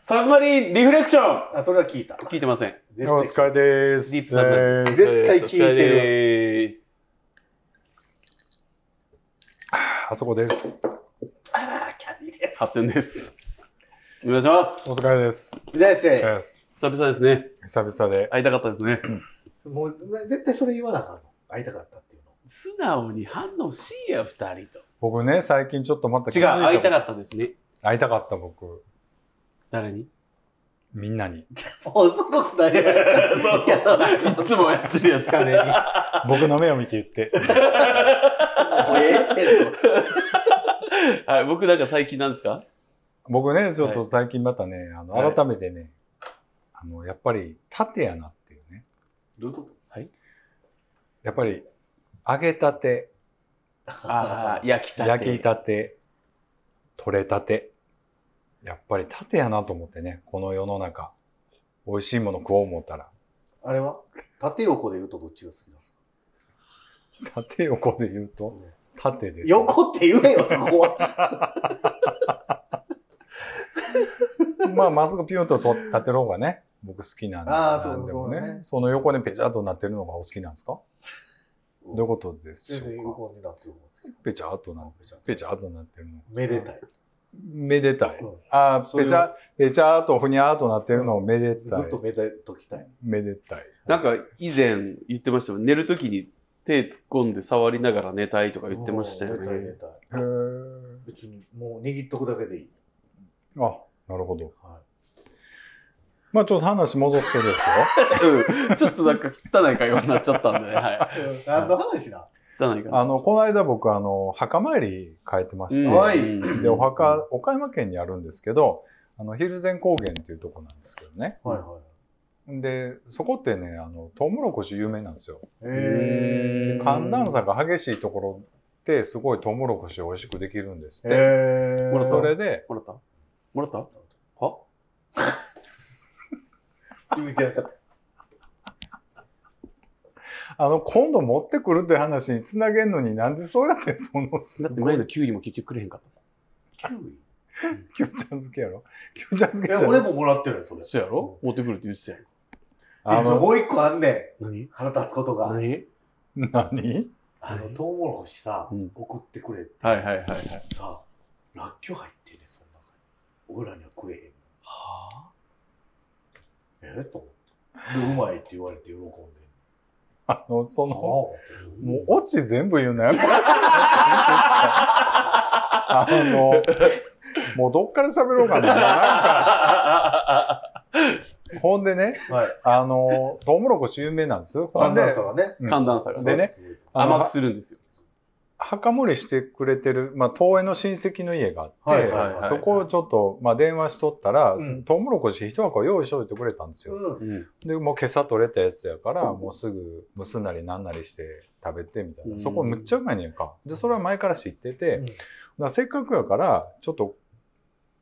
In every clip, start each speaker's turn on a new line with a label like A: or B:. A: サブマリンリフレクション
B: あ、それは聞いた。
A: 聞いてません。
B: 絶
C: お
B: 対
C: 疲れです。
A: ディープサブマリン
C: えー
B: 絶対聞いて
A: る。
C: あそこです。
B: あら、キャディです。
A: 発展です。お願いします。
C: お疲れです。
B: 大生、
C: えー
A: 久々ですね。
C: 久々で。
A: 会いたかったですね。
B: もうな絶対それ言わなあかんの。会いたかったっていうの。
A: 素直に反応しいや、二人と。
C: 僕ね、最近ちょっとまた
A: 違う、会いた
C: た
A: かったですね。
C: 会いたかった僕。
A: 誰に
C: みんなに。
B: もうその答
A: そう
B: え
A: そう
B: いやなん
A: そ
B: か
A: う。いつもやってるやつ。
B: 金に。も
C: 僕の目を見て言って。
B: うええってそ
A: はい、僕なんか最近なんですか
C: 僕ね、ちょっと最近またね、あ
A: は
C: の、
A: い
C: 改めてね、あの、やっぱり縦やなっていうね。
A: どういうことはい。
C: やっぱり、揚げたて、
A: ああ、焼きたて。
C: 焼きたて、取れたて。やっぱり縦やなと思ってね、この世の中。美味しいもの食おう思ったら。
B: あれは縦横で言うとどっちが好きなんです か
C: 縦横で言うと、縦です、
B: 横って言えよ、そこは。
C: まあ、まっすぐピュンとと立てる方がね、僕好きなんで。
B: あーそう
C: なんでも
B: そうね
C: その横にペチャっとなってるのがお好きなんですかどういうことでし
B: 全然
C: ょうか
B: 横になってるんですけど。
C: ペチャっとな、ペチャっとなってるの。
B: めでたい。
C: めでたい。
B: うん
C: ああ、
B: それ
C: ペ
B: を
C: チャ、ペチャっとふにゃっとなってるのをめでた
B: ず
C: い。
B: っとめでときたい。
C: めでたい。
A: なんか以前言ってましたもん寝るときに手突っ込んで触りながら寝たいとか言ってましたよ
B: うんめ
A: ね。
B: でたいめで
C: へ
B: たい
C: ー
B: 別にもう握っとくだけでいい。
C: あ、なるほど。
B: は
C: まあちょっと話戻って ですよ。
A: うんちょっとなんか汚い会話になっちゃったんでね。はい
B: い。何の話な
A: 汚い感じ。
C: あの、この間僕、あの、墓参り変えてまし
A: うん
C: て、
B: はい
A: うん
C: で、お墓、岡山県にあるんですけど、あの、蒜山高原っていうとこなんですけどね。
B: はいはい。
C: で、そこってね、あの、トウモロコシ有名なんですよ。
B: へ
A: うん
C: 寒暖差が激しいところって、すごいトウモロコシを美味しくできるんですって。
B: え
A: ほら
C: そ
A: そ
C: れで、
A: もらったもらったは
B: 気づきなかっ
C: あの、今度持ってくるって話につなげんのになんでそうやってその
A: だ
C: す
A: って
C: ご
A: 前
C: い
A: のキュウリも結局くれへんかった。
B: た。キュウリ
C: キュウちゃん漬けやろキュウちゃん漬
B: い
C: けじ
B: や、
C: ゃな
B: 俺
C: い
B: ももらってるよ、それ。
A: そうやろ持ってくるって言ってたやん。
C: あ
B: いや
C: の、
B: もう一個あんねん。
A: 何
B: 腹立つことが。
A: 何
C: 何
B: あの、トウモロコシさ
A: うん、
B: 送ってくれって
A: はいはいはいはい。
B: さ、らっきょう入ってんねん、そんな俺らには食え
A: は
B: へんの。えと思って。で、うまいって言われて喜んでん。
C: あの、そ
B: はあ
C: の、
B: 思って
C: もう、オチ全部言うのやめて。あの、もうどっから喋ろうかな。なんか、
A: あ。
C: ほんでね、
B: はい。
C: あの、トウモロコシ有名なんですよ。ほん
B: 寒暖
C: で
B: 差、がね。
C: う ん
A: 寒暖差が
C: で
A: ね。
C: ね
B: そうです。
C: あの
A: 甘くするんですよ。
C: 墓守りしてくれてる、まあ、遠縁の親戚の家があって、
B: はいはい
A: はい
C: そこをちょっと、まあ、電話しとったら、
B: うん
C: トウモロコシ一箱用意しといてくれたんですよ。
B: うん。
A: うん。
C: で、もう今朝取れたやつやから、もうすぐ蒸すなりなんなりして食べてみたいな。
A: うん
C: そこむっちゃうまいねんか。で、それは前から知ってて、
B: うん
C: だからせっかくやから、ちょっと、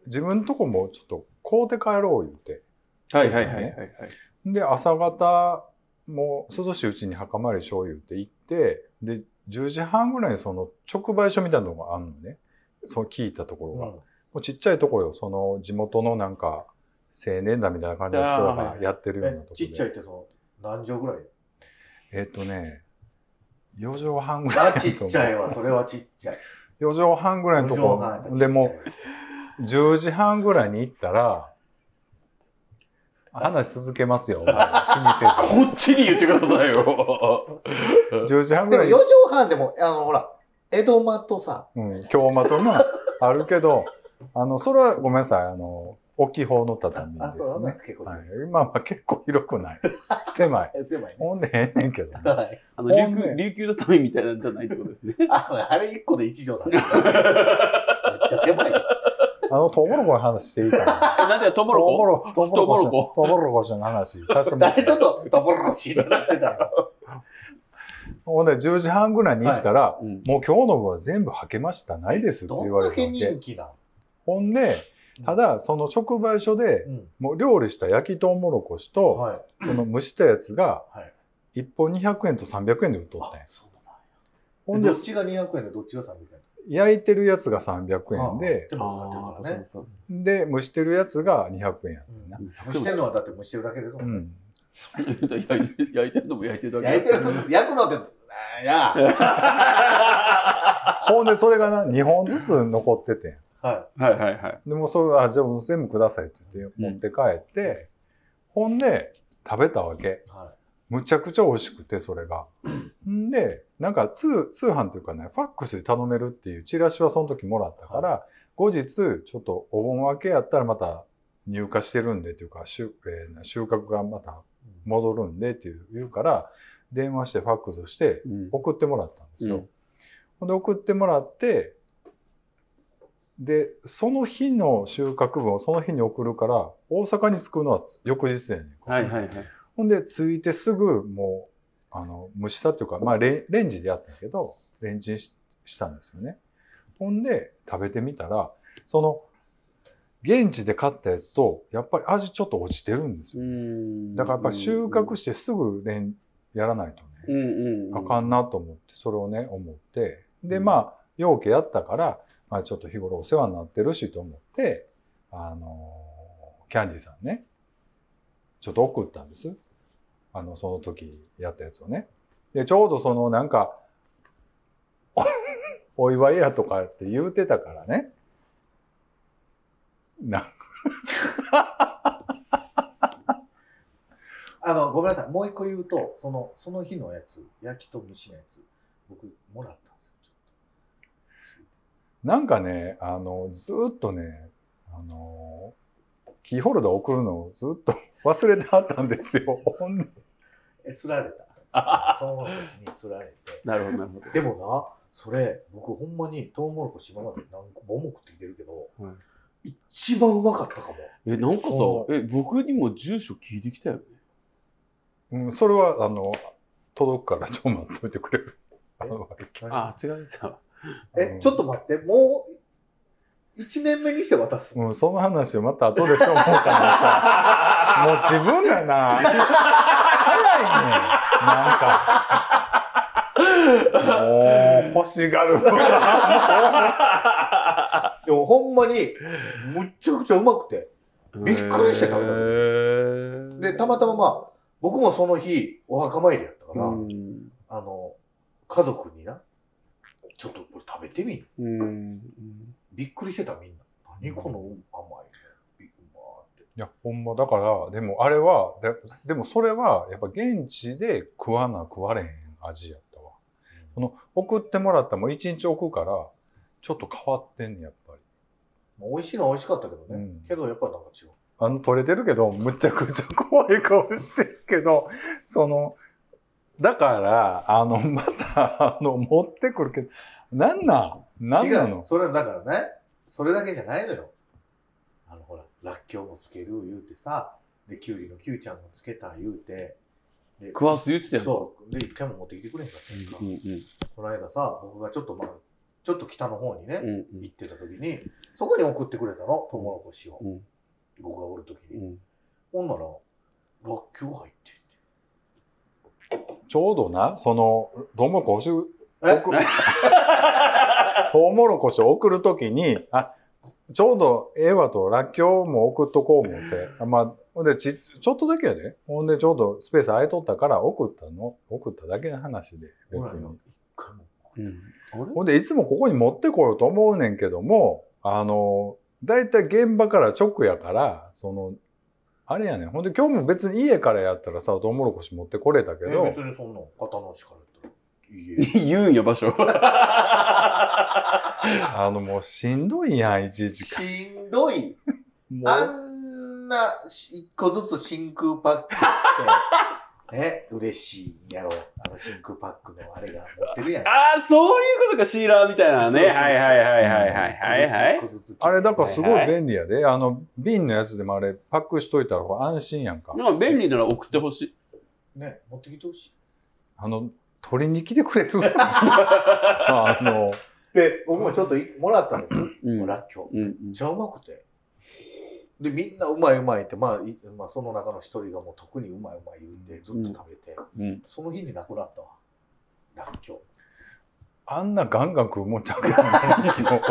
C: 自分のとこもちょっと買うて帰ろう言って。
A: はいはいはいはいはい。
C: で、朝方、もう涼しいうちに墓参りしよう言って行って、で、10時半ぐらいにその直売所みたいなのがあるのね。そう聞いたところが。もうちっちゃいとこよ。その地元のなんか、青年団みたいな感じの人がやってるようなとこ
B: え、
C: ろ
B: ち
C: で。
B: っちゃいってその、何畳ぐらい
C: えっとね、4畳半ぐらい
B: あ、ちっちゃいわ。それはちっちゃい。
C: 4畳半ぐらいのとこ
B: 五畳半やったらちっちゃい
C: でも、10時半ぐらいに行ったら、話続けますよ。気に
A: こっちに言ってください よ。
C: せず。10時半ぐ
B: でも
C: らい
B: 4
C: に、
B: 畳半でも、あの、ほら、江戸間とさ、
C: うん、京間とな、 あるけど、あの、それはごめんなさい、あの、大きい方の畳で
B: あ、そう
C: す
B: なんだ、。
C: ね
B: 結構。
C: はい、まあまあ結構広くない。 狭い。
B: 狭いね。
C: ほんでええねんけどね。
B: はい。
A: あの琉
C: ほん
A: 球、
C: で
A: 琉球のためみたいなんじゃないってことですね。
B: ああれ1個で1畳だね。めっちゃ狭いね。
C: あの、トウモロコの話していいかな。
A: えなんでトウモロコ
C: ロコトウモロコ。トウモロコシの話。最初 もう
B: 誰ちょっとトウモロコシってなってた よ。
C: ほんで、10時半ぐらいに行ったら、
A: うん
C: もう今日の分は全部はけました、ないですって
B: ど
C: 言
B: ん
C: われ
B: だ
C: た
B: け
C: わけ
B: 人。気なん
C: ほんで、た、だ、その直売所で
B: う、ん、
C: もう料理した焼きとうもろこしと、
B: はい。
C: その蒸したやつが
B: は、
C: 1本200円と300円で売っとったん
B: あ
C: や。
B: そう
C: ほん
B: な
C: で
B: んだ。どっ、ちが200円でどっちが300円
C: 焼いてるやつが300円で、
B: 手間かかってるからね。
A: そう
C: で、蒸してるやつが200円やったな。
B: 蒸してるのはだって蒸してるだけですも
C: うん
B: ね。
C: ん。
A: そう焼いて 焼いてるのも焼いてるだけ
B: 焼いてるの、焼くのって、い や。
C: ほんで、それがな、2本ずつ残っててん。
B: は
A: はいはいはい
C: でもうそれは、あじゃあもう全部くださいって言って、持って帰って、ほんで、食べたわけ。
B: い。は
C: むちゃくちゃ美味しくて、それが。んで、なんか通、通販というかね、ファックスで頼めるっていうチラシはその時もらったから、後日、ちょっとお盆明けやったらまた入荷してるんでというか、収,、えー収穫がまた
B: い。
C: 戻るんでっていう言うから、電話してファックスして、
A: うん
C: 送ってもらったんです
A: う
C: よ
A: ん。
C: ほんで送ってもらってでその日の収穫分をその日に送るから大阪に着くのは翌日やねんか、
A: はいはいはい
C: ほんで着いてすぐもうあの蒸したっていうか、まあ、レンレンジでやったけどレンチンししたんですよね。ほんで食べてみたらその現地で買ったやつとやっぱり味ちょっと落ちてるんですよ。だからやっぱり収穫してすぐレンやらないとね。
A: うんうんうん
C: あかんなと思って、それをね、思って。で、
A: うん
C: まあ、陽家やったから、まあ、ちょっと日頃お世話になってるしと思って、あのーキャンディーさんね、ちょっと送ったんです。あの、その時やったやつをね。で、ちょうどその、なんか、 おお祝いやとかって言うてたからね。なんか
B: あの、ごめんなさい。もう一個言うと、その、その日のやつ、焼きと蒸しのやつ、僕、もらったんですよ。ちょっ
C: なんかね、あの、ずーっとね、あの、キーホルダー送るのをずーっと 忘れてはったんですよ。ほんで
B: とえ、釣られた。 トウモロコシに釣られて。
A: なるほどなるほど
B: でもな、それ、僕、ほんまにトウモロコシ今まで何個も食ってきてるけど、
A: は
B: 一番うまかったかも。
A: えなんかさ
B: そ
A: え僕にも住所聞いてきたよね
C: うん、それは、あの、届くからちょっと待っといてくれる。あの
A: あ違うさ
B: え、ちょっと待って、もう、1年目にして渡す。
C: うん、その話をまた後でしょ、思うからさ。もう自分だな。早いねなんか。もう、欲しがる。
B: でも、ほんまに、むっちゃくちゃうまくて。びっくりして食べた時で、たまたままあ、僕もその日、お墓参りやったから、
A: うん
B: あの、家族にな、ちょっとこれ食べてみ
A: うん
B: びっくりしてたみんな。何この甘いの。うまーって。
C: いや、ほんま、だから、でもあれは、ででもそれは、やっぱ現地で食わな食われへん味やったわ。その、送ってもらったもう一日置くから、ちょっと変わってんねんやっぱり。
B: まあ美味しいのは美味しかったけどね。
C: うん
B: けどやっぱなんか違う。
C: あの、取れてるけど、むちゃくちゃ怖い顔してるけど、その、だから、あの、また、あの、持ってくるけど、なんなんなんな
B: 違う
C: の
B: それはだからね、それだけじゃないのよ。あのほら、らっきょうもつける言うてさ、で、きゅうりのきゅうちゃんもつけた言うて、で
A: 食わす言ってたやん
B: そう。で、一回も持ってきてくれへんかったやんか。
A: うんうん
B: この間さ、僕がちょっとまあ、ちょっと北の方にね、
A: うん
B: 行ってた時に、そこに送ってくれたの、トウモロコシを。
A: うん
B: 僕がおる時
A: う
B: に。
A: ん
B: ほんなら、らっきょう入ってって。
C: ちょうどな、その、トウモロコシ送
B: え
C: る、トウモロコシを送るときに、あ、ちょうどええわと、らっきょうも送っとこう思って、あまあ、ほんでち、ちょっとだけやで。ほんで、ちょうどスペース空いとったから送ったの、送っただけの話で、
B: ほ
C: 別
B: ら
C: に
B: よ。一回も。
A: うんあれ
C: ほんで、いつもここに持ってこようと思うねんけども、あの、だいたい現場から直やから、その、あれやねん。ほんで、今日も別に家からやったらさ、トウモロコシ持ってこれたけ
B: え
C: ど
B: 別、にそんな肩の力やったら、いいえ。
A: 言うんや場所
C: あの、もうしんどいやん、一時間。
B: しんどい。
C: も
B: あ
C: うん
B: なし一個ずつ真空パック して、ね、嬉しいやろ。あの真空パックのあれが持ってるやん。
A: ああそういうことかシーラーみたいな
B: そう
A: ね
B: そうそう
A: はいはいはいはいはいはいはい
B: 一個ずつ一個ずつ
C: あれ、だからすご
A: はい
C: 便利やで。あの、瓶のやつでもあれ、パックしといたらほら安心やんか
A: で。も便利なら送ってほしい
B: ね、持ってきてほしい。
C: あの、取りに来てくれ る あの、
B: で、僕もちょっといもらったんですよ。
A: うん
B: もらっきょう。
A: う
B: め
A: ん
B: っちゃうまくて。で、みんなうまいうまいって、まあ、いまあ、その中の一人がもう特にうまいうまい言うんで、ずっと食べて、
A: うん
B: その日になくなったわ。らっきょう。
C: あんなガンガン食うもんちゃうから、ね、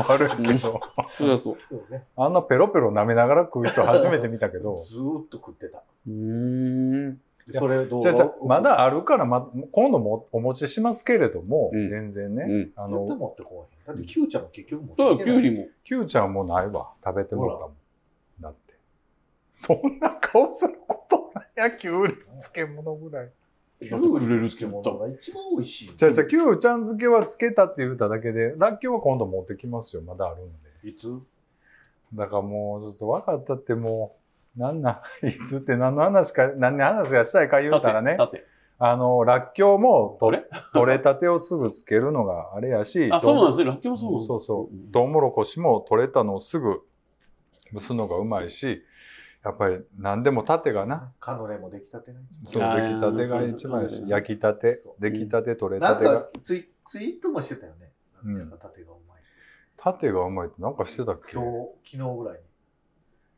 C: 悪いけど。
A: そりゃそう。
B: そうね。
C: あんなペロペロ舐めながら食う人初めて見たけど。
B: ずーっと食ってた。
A: うーん。
B: でそれどう
C: じゃあじゃあまだあるから、ま、今度もお持ちしますけれども、
A: うん
C: 全然ね、
A: うん。
C: あ
B: 絶対
C: の
B: 持ってこうへん。だってキュウちゃんも結局持って
A: そう
B: き
A: だ、
B: て
A: きゅ
B: な
A: う
B: い。
A: りも。
C: キュウちゃんもうないわ食べてもらったもんだってそんな顔することないやキュウリ漬物ぐらい
B: キュウリの漬物が一番美味しい。
C: じゃあじゃあキュウちゃん漬けは漬けたって言っただけでラッキョウは今度持ってきますよまだあるんで
B: いつ
C: だからもうちょっと分かったってもうなんなん いつって何の話か何の話がしたいか言うたらね
A: だって。
C: あのらっきょうも
A: あ
C: 取れ
A: れ
C: 取れたてをすぐ漬けるのがあれやし
A: あ、そうなん
C: ん
A: ですね。ラッキョウもそうなんです
C: そうそ
A: うん
C: う。トウモロコシも取れたのをすぐ蒸すのがうまいし、やっぱり何でも縦がな、
B: カヌレもできたてない。
C: そう、
A: あー
C: 出来たてが一番や
A: そう
C: し
A: だ、ね
C: 焼きたて
B: そ、
C: 出来たて、取れ
B: な
C: た
B: ん
C: てが
B: か、ツイツイートもしてたよね。
C: うん
B: やっぱ縦がうまい。
C: 縦がうまいってなんかしてたっけ
B: 今日、昨日ぐらいに。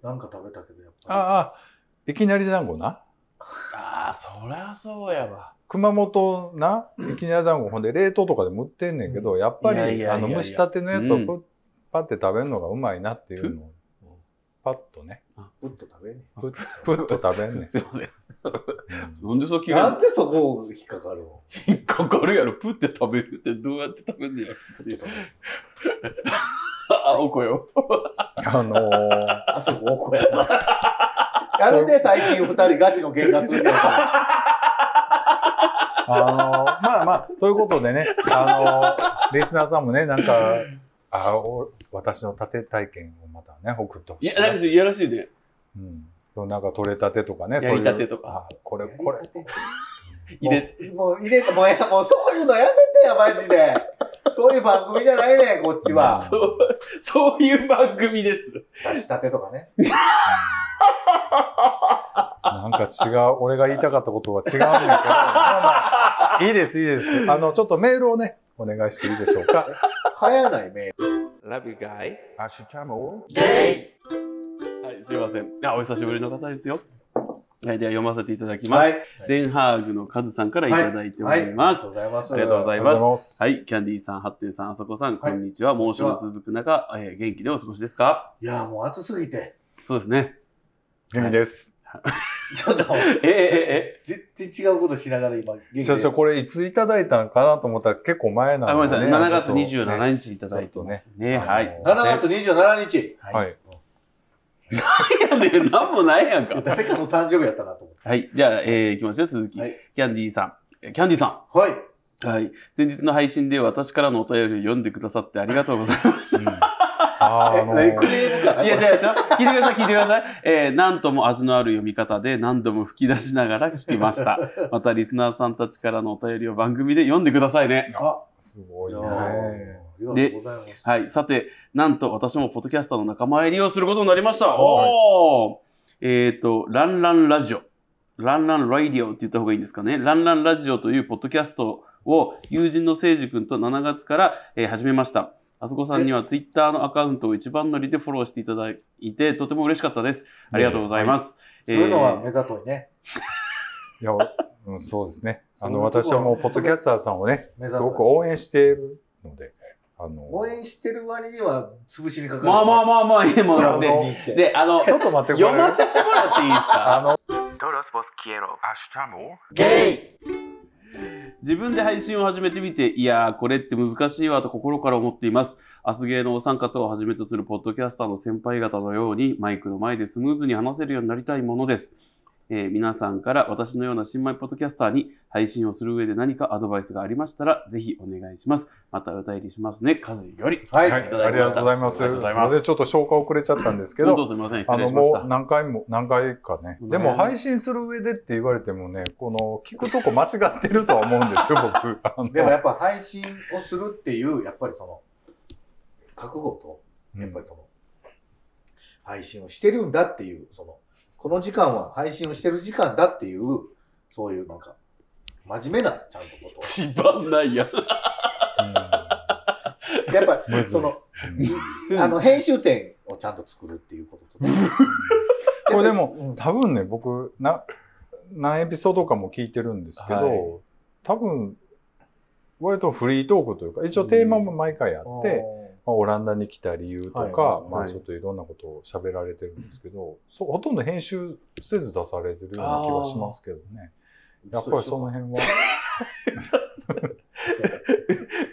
B: なんか食べたけど、やっ
C: あ
B: ぱ
C: あ、いきなり団子な。
A: ああ、そりゃそうやわ。
C: 熊本な、いきなり団子、ほんで冷凍とかでも売ってんねんけど、やっぱ
A: いやいやい
C: り
A: やいや
C: あの蒸したてのやつを
A: うん
C: ぷっパって食べるのがうまいなっていうのを、パッとね、
B: り、ぶっと食べるね。
C: ぷっ ぷっと食べんねん。
A: すいません。
C: うん
A: なんでそう気
B: なん
A: が
B: でそこ引っかかるの
A: 引っかかるやろ。プって食べるってどうやって食べんねやろ。
B: ぶっと食べる
A: あ、おこよ。
C: あのー
B: あそこ、おこやな。やめて、最近二人ガチの喧嘩するんだから。
C: あのまあまあ、ということでね、あのリスナーさんもね、なんか、あお私の盾体験をまたね、送ってほ
A: い
C: しい
A: や、なんかいやらしいね。
C: うん。そうなんか取れたてとかね、
A: やりたてとか。
C: あこれ、これ。
A: 入れ、
B: もう入れて、もうやもうそういうのやめてや、マジで。そういう番組じゃないねん、こっちは。
A: そう、 そういう番組です。
B: 出したてとかね。
C: なんか違う、俺が言いたかったことは違うんだけど、まあまあ、いいです、いいです。あの、 ちょっとメールをね、お願いしていいでしょうか。
B: 流行ないメー
A: Love you guys.
C: アシュチャモ
B: ル。ゲ
A: はい、すいません。あ、お久しぶりの方ですよ。はい、では読ませていただき
B: イ
A: ます。
B: はい。
A: デンハーグのカズさんからいただいてお
B: はい。あ
A: り
B: り
A: ま
B: が
A: す。
B: とうございます。
A: ありがとうござ
C: あ
A: い
C: り
A: ま
C: が
A: す
C: とうございます。。
A: はいい、キャンディーさん、ハッテンさん、あそこさん、こ
B: はい
A: んにちは。猛暑が続く中、えー元気でお過ごしですか
B: いや、もう暑すぎて。
A: そうですね。
C: 元気です。
B: ちょっと、
A: えー、え
B: 全然違うことしながら今、元気で
C: じゃあ、じゃあこれいついただいたのかなと思ったら結構前
A: ー、
C: な
A: あ、
C: ん
A: ごめ
C: で
A: ん
C: す
A: なさい。
C: ね。
A: 7月
C: ちょっとね
A: 27日いただいてますね。
C: ちょっとね
A: はい、
C: あの
A: すいません。
B: 7月27日。
C: はい。
A: いやね、なんもないやんか。
B: 誰かの誕生日やったなと思って。
A: はい。じゃあ、えー、いきますよ、続き。
B: はい
A: キャンディーさん。えキャンディーさ
B: はい。
A: ん。はい。先日の配信で私からのお便りを読んでくださってありがとうございました。
C: あーあ の
B: え、何クレームかない
A: や、違う違う。聞いてください、聞いてください。えー、なんとも味のある読み方で何度も吹き出しながら聞きま した。また、リスナーさんたちからのお便りを番組で読んでくださいね。
B: あ、
C: すご
B: い
C: い
B: や
C: ね
B: ー。ありがとうございます。
A: はい。さて、なんと私もポッドキャスターの仲間入りをすることになりました。
C: はい
A: おーえっ、と、ランランラジオ。ランランラディオって言った方がいいんですかね。ランランラジオというポッドキャストを友人の聖司君と7月から、えー始めました。あそこさんにはツイッターのアカウントを一番乗りでフォローしていただいて、とても嬉しかったです。ありがとうございます。
B: そういうのは
A: えー
B: 目ざといね。
C: いや、うん、そうですね。あの、
B: そういうとこ
C: 私はもう、ポッドキャスターさんをね、
B: 目指
C: す
B: す
C: ごく応援しているので、あの、
B: 応援してる割には潰しにかかる。
A: まあまあまあまあ、いいも
B: クラ
A: の
B: ウ
A: で
B: ドに。行って。
A: で、あの、
C: ちょっと待って、こ
A: 読
C: れ
A: ませてもらっていいですか
C: あの、
B: ゲ
A: 自分で配信を始めてみて、いやー、これって難しいわと心から思っています。アスゲーのお三方をはじめとするポッドキャスターの先輩方のように、マイクの前でスムーズに話せるようになりたいものです。えー皆さんから私のような新米ポッドキャスターに配信をする上で何かアドバイスがありましたら、ぜひお願いします。また歌いりしますね、カズより。
B: イは。
C: はいい、あ
B: あり
C: り
B: がとうござい
C: が
B: ま
C: と
B: し
C: う
A: ありが
B: た
C: ございます。
A: とうございます
C: それでちょっと消化遅れちゃったんですけ
A: 本当
C: ど、
A: すみません、失
C: あ
A: 礼
C: の、
A: しました
C: もう。何回も、何回かね。でも、配信する上でって言われてもね、この、聞くとこ間違ってるとは思うんですよ、僕。あの
B: でもやっぱ配信をするっていう、やっぱりその、覚悟と、やっぱりその、配信をしてるんだっていう、その、この時間は配信をしてる時間だっていう、そういうなんか、真面目な、ちゃんとこ
A: 一番ないやん。
B: と。やっぱ
C: む
B: り、
C: ずい
B: その、
C: うん
B: あの、編集点をちゃんと作るっていうこととね。
C: これで
B: う
C: も
B: ん
C: 多分ね僕な何エピソードかも聞いてるんですけど、
A: はい
C: 多分割とフリートークというか、一応テーマも毎回あって、まあ、オランダに来た理由とか、
B: はいはいはい
C: まあ、ちょっといろんなことを喋られてるんですけど、そうほとんど編集せず出されてるような気はしますけどね。やっぱりその辺は。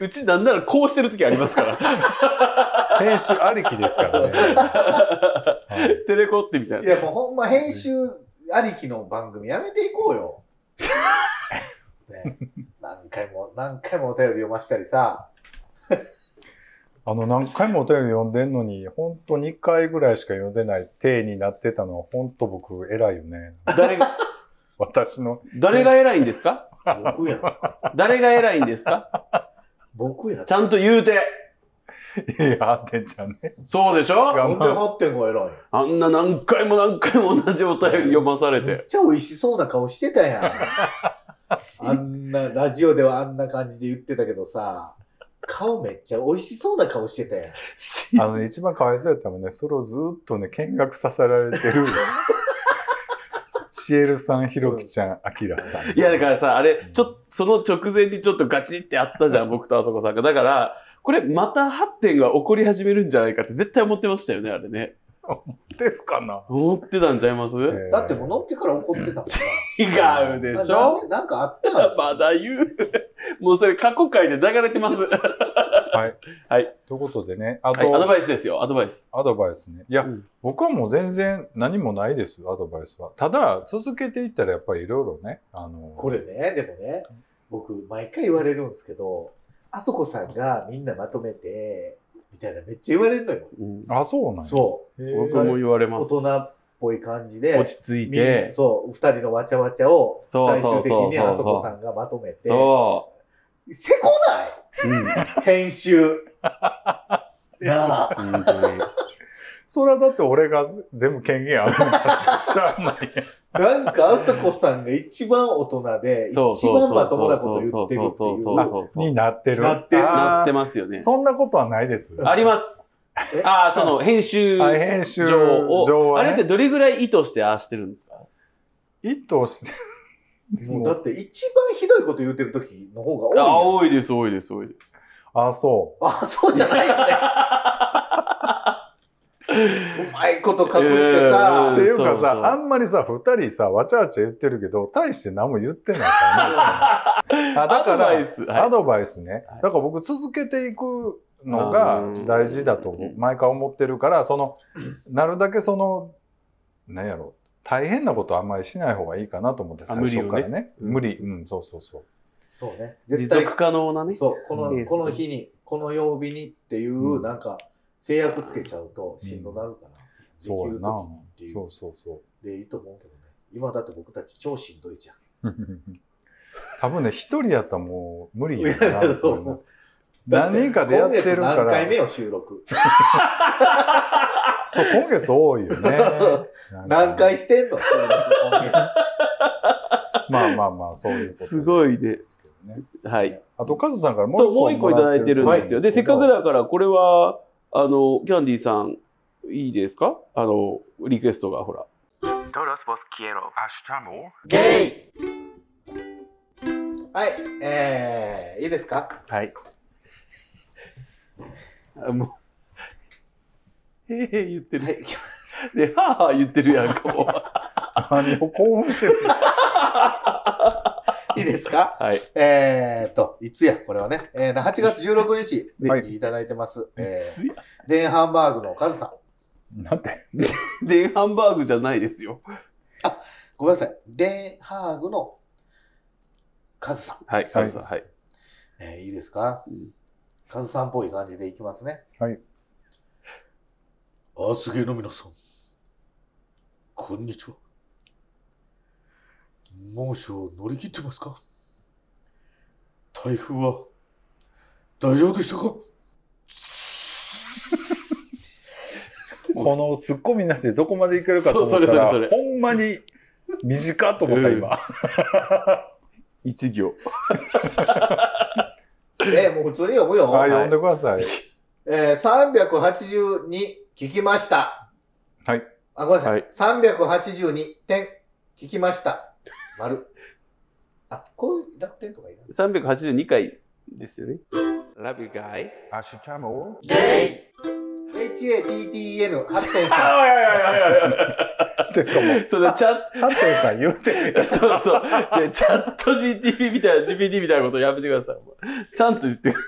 A: うちなんならこうしてる時ありますから。
C: 編集ありきですからね。 は い
A: テレコってみたい
B: い
A: な。
B: やもうほんま編集ありきの番組やめていこうよ。ね、何回も何回もお便り読ましたりさ。
C: あの、何回もお便り読んでんのに、本当2回ぐらいしか読んでない体になってたのは、本当僕偉いよね。
A: 誰が、
C: 私の、
A: 誰が偉いんですか
B: 僕やん。
A: 誰が偉いんですか
B: 僕やん
A: ち。ゃんと言うて。
C: いや、あってんちゃんね。
A: そうでしょ
C: が
B: ほんで8.5偉いよ。
A: あんな何回も何回も同じお便り読まされ。
B: めって ちゃ美味しそうな顔してたやん。あんな、ラジオではあんな感じで言ってたけどさ、顔めっちゃ美味しそうな顔してたやん。
A: し
C: あの、一番かわいそうやったのはね、それをずっとね、見学させられて る。シエルさん、ひろきちゃん、あきらさ
A: い
C: ん。
A: やだからさ、あれ、ちょっと、その直前にちょっとガチってあったじゃん、僕とあそこさんが。だから、これまた発展が起こり始めるんじゃないかって絶対思ってましたよね、あれね。
C: ってるかな
A: 思ってたんちゃいます、
B: だってもう乗ってから怒ってたもんさ。
A: 違うでしょ
B: ななんかあったから。
A: まだ言う。 もうそれ過去回で流れてます。は
C: ということでね、あと、
A: い、アドバイスですよ、アドバイス。
C: アドバイスね。いや、
A: うん
C: 僕はもう全然何もないですよ、アドバイスは。ただ、続けていったらやっぱりいろいろね、あの、
B: これね、でもね、僕、毎回言われるんですけど、あそこさんがみんなまとめて、みたいな、めっちゃ言われるのよ。
A: うん、
C: あ、そうなんや。
B: そ
C: へ
B: う。
A: 僕も
C: ー
A: 言われ
B: 大
A: ます。
B: 人っぽい感じ
A: 落
B: で、
A: ち着い
B: みん
A: て。
B: そう、二人のわちゃわちゃを、
A: そう
B: 最
A: そうそう
B: 終
A: そう
B: 的にあそこさんがまとめて、
A: そ
B: せこな
A: う。うん。
B: い 編集。なあ。
A: 本当に。
C: それはだって俺が全部権限あるんだってしゃあないやん。
B: なんか、あそこさんが一番大人で、一
A: そうそうそう
B: 番まともなこと言ってるって
A: そう
B: い
A: そうそう
B: う。
A: そうそう。
C: になってる。
B: なってる
A: なって
C: ま
A: ますよね。
C: そんなことはないです。
A: あります
B: え。
A: ああ、その編集
C: あ編集
A: 上を
C: 上は
A: あ
C: ね
A: れってどれぐらい意図してああしてるんですか
C: 一頭して。
B: もうだって、一番ひどいこと言ってる時の方が多い
A: あ
B: やん。
A: あ多いです、多いです、多いです。
C: あ、そ
B: あ、そうじゃないよ ね。うまいこと隠して
C: う。
A: ん
B: さ
C: っ、ていうかさ、
A: そうそう
C: あんまりさ、二人さ、わちゃわちゃ言ってるけど、大して何も言ってないから ね。あだか
A: アドバ
C: ら
A: イ、ス。はい
C: アドバイスね
A: はい。
C: だから僕続けていくの
A: あ
C: が
A: ー
C: 大事だと
A: うん
C: 毎回思ってるから、その、なるだけその、何やろ、大変なことあんまりしない方がいいかなと思って、
A: あ
C: 最
A: 無理を
C: 初
A: ね
C: からね。
A: うん
C: 無理。うん、そうそうそう。
B: そうね。
A: 持
B: 絶対
A: 続可能なね。
B: そう、こ
A: スペー
B: の、
A: ス
B: この日に、この曜日にっていうう、
C: ん
B: なんか、制約つけちゃうと、しんどなるから、できる
C: そうやな
B: 時ってい。う
C: そうそうそう。
B: でいいと思うけどね。今だって僕たち超しんどいじゃん。
C: 多分ね、一人やったらもう無理
B: いや
C: やなと
B: そう
C: 思う。何人かでやってるか
B: 今月何
C: ら
B: 回、目よ、収 録。
C: そう、今月多いよね。
B: 何回してんの収録今 月。
C: まあまあまあ、そういうこと。
A: すごいね
C: ですけどね。
A: はい。
C: あと、カズさんからも
A: そう、もう一個いただいてるんですよ。で、せっかく
C: だ。
A: だから、これは、あの、キャンディーさん、いいですかあの、リクエストが、ほら。
B: ゲイはい、えー、いいですか
A: はい。もう、へえへえ言って
B: は
A: る。
B: い、
A: で、はあはあ言ってるやんか、もう。
C: 何を興奮してるんですか
B: いいですか
A: はい。
B: えーっと、いつや、これはね。えーな8月16日
A: ね
C: はい
B: にいただいてます。え
A: つや
B: ー、デンハンバーグのカズさん。
C: なんて。
A: で、ハンバーグじゃないですよ。
B: ごめんなさい。デンハーグのカズさん。
A: はい、カズさん、はい。
B: えーいいですか
A: うん
B: カズさんっぽい感じでいきますね。
C: はい。
B: あ、すげえの皆さん。こんにちは。猛暑を乗り切ってますか台風は大丈夫でしたか
C: このツッコミなしでどこまでいけるかと思った
A: そう
C: ら、
A: それそれそ
C: ほんまに短っと思った、今。
A: 一行。
B: えーもう普通に読むよ。
C: あ、呼んでください。
B: えー、382聞きました。
C: はい。
B: あ、ごめんなさ。
A: はい
B: 382点聞きました。丸。あ、こういう楽天とかいらない
A: 382回ですよね。Love you guys.
C: 明日も
B: HATTN、ハッテンさん。
A: ああ、いやいやいやいや。
C: てかもう
A: そのチャッ
C: ハッテンさん言うてる
A: ト、そうそう。ねチャット GTP みたいな、GPT みたいなことやめてください。ちゃんと言ってく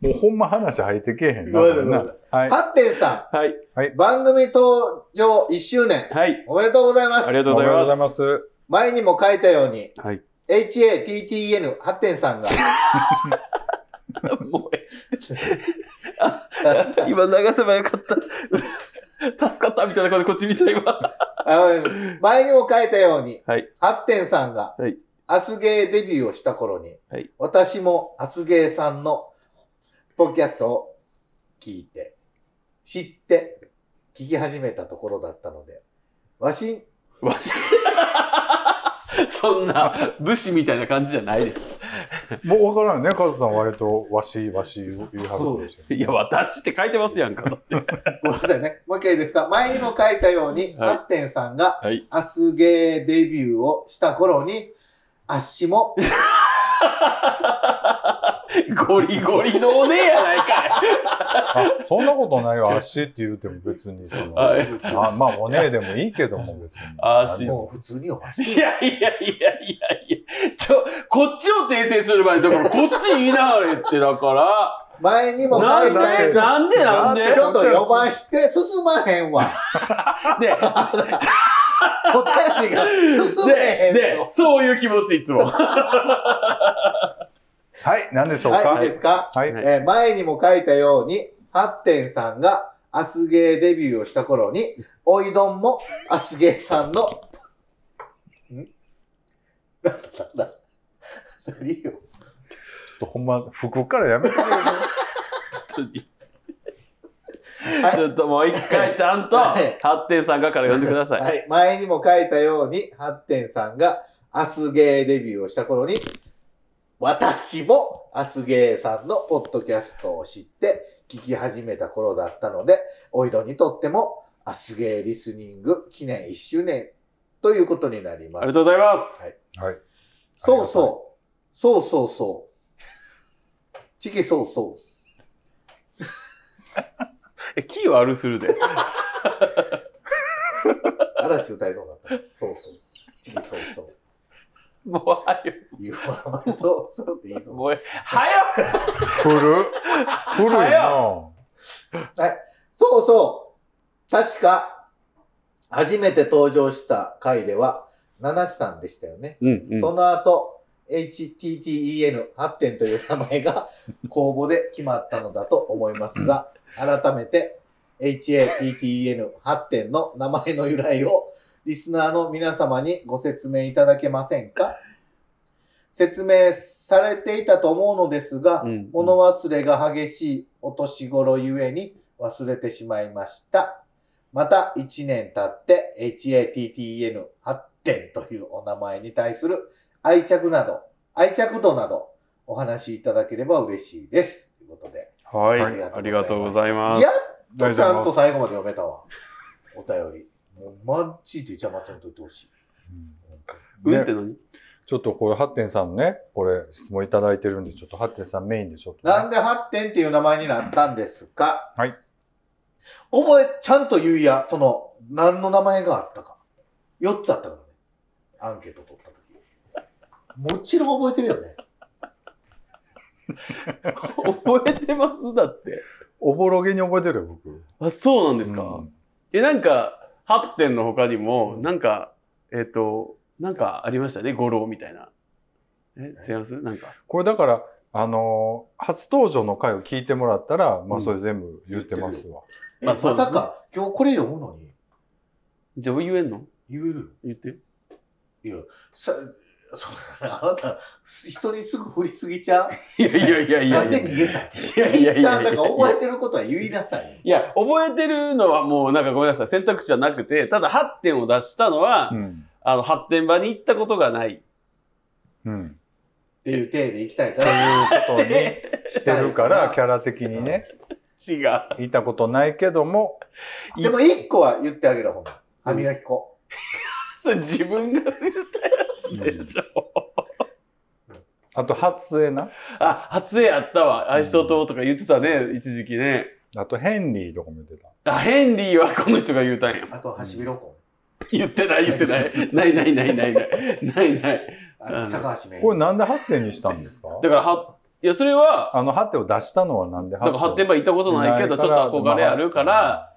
C: もうほんま話入ってけえへんな。
B: ごめんなさいごめんな
C: はい。
B: ハッテンさ
A: ださい。はい。
B: ん、番組登場1周年、
A: はい。
B: おめでとうございます。
A: ありがと
C: お
A: うご
C: め
A: ざ
C: で
A: い
C: とう
A: ま
C: ござい
A: す。
C: ます。
B: 前にも書いたように、
A: はい
B: HATTN、ハッテンさ んが、
A: もうええ今流せばよかった。助かったみたいな顔でこっち見ちゃいま
B: あの前にも書いたように、
A: はい
B: ハッテンさんが、
A: はい
B: アスゲーデビューをした頃に、
A: はい
B: 私もアスゲーさんのポッドキャストを聞いて、知って、聞き始めたところだったので、わし、
A: す。わし。そんな武士みたいな感じじゃないです。
C: もうわからんよね。カズさん割とわし、わし言うはずでしょ
A: いや、私って書いてますやんか。だって
B: ごめんなさいね。もう 一回いいですか。前にも書いたように、
A: はい
B: ハッテンさんが
A: はい。
B: アスゲーデビューをした頃に、あっ しも、
A: ゴリゴリのおねえやないか い。
C: あ、そんなことない よ。足って言うても別にその、
A: はい
C: あまあ、おねえでもいいけども別に。
A: 足
B: もう普通にお箸。
A: いやいやいやいやいや。ちょ、こっちを訂正する前に、だからこっち言いながら言って、だか
B: 前に
A: ら。
B: も
A: な
B: 書
A: ん
B: いた
A: で、
B: ように、
A: なんでなんで
B: ちょっと伸ばして進まへんわ。
A: で、
B: お便りが進め
A: で、
B: へん
A: で
B: の。、
A: そういう気持ちいつも。
C: はい、何でしょう
B: はい、いい
C: か
B: ですか、
C: はい。
A: は
C: はいい。
B: えー前にも書いたように、ハッテンさんがアスゲーデビューをした頃に、おいどんもアスゲーさんの、ん なんだなんだ 何よ。
C: ほんま、服からやめてくれる。
A: 本当に
B: はい
A: ちょっともう一回ちゃんと、
B: はい
A: ハッテンさんがから呼んでください。
B: はい、前にも書いたように、ハッテンさんがアスゲーデビューをした頃に、私もアスゲーさんのポッドキャストを知って聞き始めた頃だったので、おいどにとってもアスゲーリスニング記念1周年ということになりま
A: ありが。
B: す
A: とうございます。
B: はい
C: はい。
B: そうそう。そうそうそう。チキそうそ
A: え、キーはあるする で。
B: う。嵐歌いそうになった。そうそう。チキそうそう。
A: もう、はよ。
B: 言うわ そうそうって言いそう。
A: もう、はよ
C: 古っ。古いな
B: そうそう。確か、初めて登場した回では、七志さんでしたよね。
A: うん、
B: その後、HTTEN 発展という名前が 公募で決まったのだと思いますが、改めて HATTEN 発展の名前の由来をリスナーの皆様にご説明いただけませんか説明されていたと思うのですが、
A: うん
B: 物忘れが激しいお年頃ゆえに忘れてしまいました。また1年経って HATTN 発展というお名前に対する愛着など、愛着度などお話しいただければ嬉しいです。ということで。
A: はい、ありがとうございます。
B: やっとちゃんと最後まで読めたわ。お便り。もうマジで邪魔せんといてほしい。
A: う
C: うんん
A: って何
C: ちょっとこれ、ハッテンさんのね、これ、質問いただいてるんで、ちょっとハッテンさんメインでちょっと、ね。
B: なんで発展っていう名前になったんですか
C: はい。
B: 覚え、ちゃんと言うや、その、何の名前があったか。4つあったからね。アンケート取った時。もちろん覚えてるよね。
A: 覚えてますだって。
C: おぼろげに覚えてるよ、僕。
A: あ、そうなんで
C: です
A: か。え、なんか、ハッテンの他にも、なんか、えっ、と、なんかありましたね、五郎みたいな。え、違いますなんか。
C: これだから、あのー初登場の回を聞いてもらったら、ま
A: う
C: あ
A: ん
C: それ全部言ってますわ。
B: え
A: まあ
B: ま
A: そうです
B: さ
A: ね
B: か、今日これ読むのに
A: じゃあ言えんの
B: 言えるよ。
A: 言って。
B: いや、さ、そうあなた、人にすぐ振りすぎちゃう
A: いやいやいやいや
B: ないん
A: や
B: で。逃げたい
A: いやいやいやいやいや
B: 一旦なんか覚えてることは言いなさい。
A: いや、覚えてるのはもうなんかごめんなさい、選択肢じゃなくて、ただ8点を出したのは、
C: うん。
A: あの、発展場に行ったことがないっ
C: うん。
B: っていう体でいきたいか
C: と
B: ら。
C: いうことに
A: て、
C: してるか
B: はい
C: ら、キャラ的にね、
A: 違う。
C: いたことないけども、
B: でも一個は言ってあげるほんま歯磨き粉。
A: それ自分が言ったやつでしょ。
C: あと初江な
A: あ、初絵やったわ。アイストととか言ってたね、一時期ね。
C: あとヘンリーとかも言ってた
A: あ、ヘンリーはこの人が言うたんや。
B: あと、ハシビロコ
A: 言ってない、言ってない。ないないないないない。ないない。
B: ン。あ
A: うん
B: 高橋名
C: こ
B: 人。
C: れなんでハッテにしたんですか
A: だから、は、いや、それは、
C: あのハッテを出したのはなんで
A: なんか発展場行ったことないけど、ちょっと憧れあるから、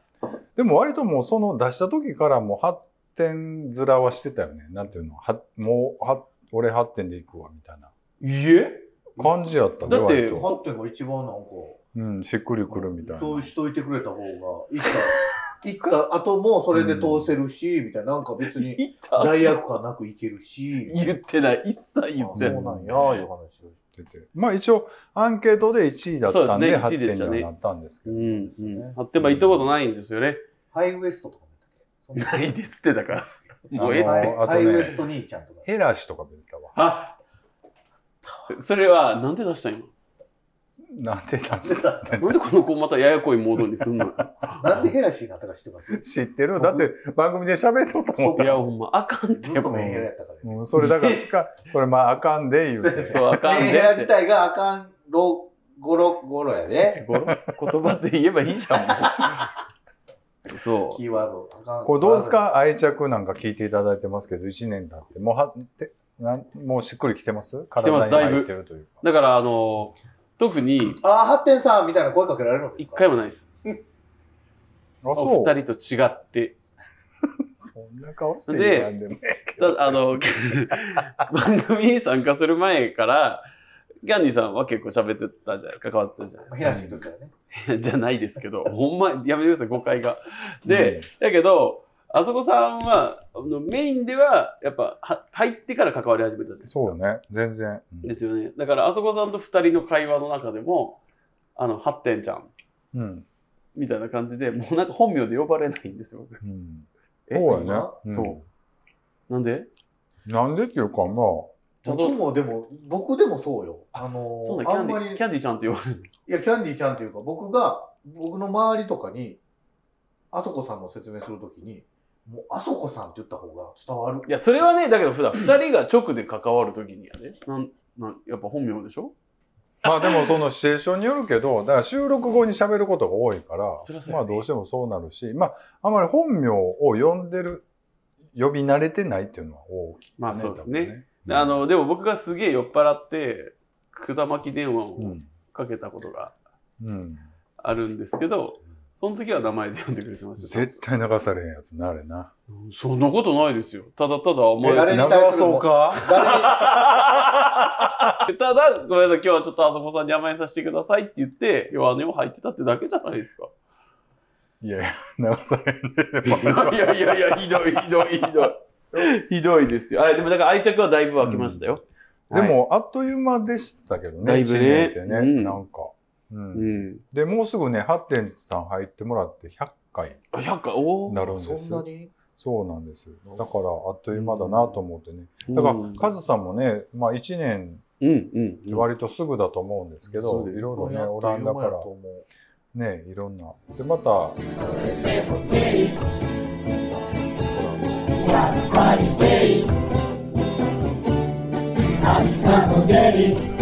C: でも割ともうその出した時からもう発展面はしてたよね。なんていうのはもうは俺発展で行くわみたいない
A: いえ
C: 感じやったね
A: だって
C: 割と。
B: ハッテンが一番なんか、
C: うん、しっくりくるみたいな。
B: そうしといてくれた方が、行 った、行った後もそれで通せるし、みたいな、なんか別に
A: 言った
B: 罪悪感なく行けるし。
A: 言ってない。一切言
B: あ
A: って
B: そう
A: ない。
B: なんや、いう話をして。
C: 出てまあ一応アンケートで1位だったんで
A: そう
C: 発
A: ですね1位でした
C: 展には
A: ね
C: なったんですけ
A: う
C: ど。
A: んうん。発展場行ったことないんですよね。
B: ハイウエストとかも言ったっけ
A: ないですって、だから。もうええ
C: あの
B: ハイ
C: あとね
B: ハイウエスト兄ちゃんとか。
C: ヘラシとか出てたわ。
A: あそれは、なんで出したん今。
C: なんてなん
B: 知ってた
A: なんでこの子またややこいモードにすんの
B: なんでヘラシーになったか知ってます
C: 知ってるだって番組で喋っとったもん
A: いや、ほんま、あかんって
B: ずっとメンヘラやったから。
C: うん。それだから すか、それまああかんで言う
B: そう
C: て
B: そ。
A: そう、あかん
B: メン
A: ね
B: ヘラ
A: っ
B: 自
A: て。
B: 体があかんろごろごろやで。
A: ご言葉で言えばいいじゃん、もう。そ
B: キーワード。あかん
C: これどうですか愛着なんか聞いていただいてますけど、1年経って、もうはてなんもうしっくりきてます
A: てます
C: 体に入ってるという
A: う。だから、あの、特に、
B: ああ、ハッテンさんみたいな声かけられるのです
A: 一
B: か
A: 回もないです。
C: か。あ、
A: お
C: そう。
A: 二人と違って。
C: そんな顔してるなんでも
A: だあの、 番組に参加する前から、ガンディさんは結構喋ってたじゃない、関わってたじゃないですか
B: ヘラシーの時からね。
A: じゃないですけど、ほんま、やめてください、誤解が。で、、だけど、あそこさんは、あのメインでは、やっぱ、は入ってから関わり始めたじゃないで
C: うん
A: すか。
C: そうね、全然。うん
A: ですよね。だから、あそこさんと二人の会話の中でも、あの、ハッテンちゃん、
C: うん。
A: みたいな感じで、もうなんか本名で呼ばれないんですよ、僕
C: うん。
A: え
C: そうやね
B: 今。
C: うん
A: そなんで
C: なんでっていうか、まあ、
A: ちょっ
B: 僕
A: と、
B: もでも、僕でもそうよ。あ
A: そ
B: の
A: う
B: ー、
A: だ、キャ
B: あ
A: ン
B: ん
A: デ
B: ま
A: ィ、
B: り、い
A: キャンディちゃんって呼ばれる。
B: や、キャンディーちゃんというか、僕が、僕の周りとかに、あそこさんの説明するときに、もう、あそこさんって言った方が伝わる。
A: いや、それはね、だけど、普段、二人が直で関わるときにやで、なん、なん、やっぱ本名でしょ
C: まあでもそのシチュエーションによるけど、だから収録後に喋ることが多いから
A: そりゃ、そうや
C: ま
A: ね
C: あどうしてもそうなるし、まああまり本名を呼んでる、呼び慣れてないっていうのは大きいね。
A: まあそうですね
C: 多分。
A: であの、でも僕がすげえ酔っ払って、くだまき電話
C: う
A: を
C: ん、
A: かけたことが
C: うん。
A: あるんですけど、その時は名前で呼んでくれてました。
C: 絶対流されへんやつな、あれな。
A: うんそんなことないですよ。ただただ、お前、
B: え誰
A: た
B: に対する
C: 流そうか
B: 誰に、
A: だ、ごめんなさい、今日はちょっとあそこさんに甘えさせてくださいって言って、弱音を入ってたってだけじゃないですか。
C: いやい や、流されへんで、
A: いやいやいや、ひどい、ひどい、ひどい。 ひどいですよ。あでも、だから愛着はだいぶ湧きましたよ。
C: で
A: はい、
C: も、あっという間でしたけどね、
A: だいぶね
C: 一年ってね、
A: うん
C: なんか、うん
A: うん。
C: で、もうすぐね、ハッテンジさん入ってもらって100回
A: あ、100回、おお。
C: なるんです
B: そんなに
C: そうなんです。だから、あっという間だなと思ってね。
A: だ
C: だから、カズさんもね、まあ1年
A: うん、うん
C: って。割とすぐだと思うんですけ
A: そう
C: ど、
A: です
C: いろいろね、オランダか
B: や
C: ら
B: と思う
C: ね、いろんな。で、また、オランダ
D: Hasta spaghetti.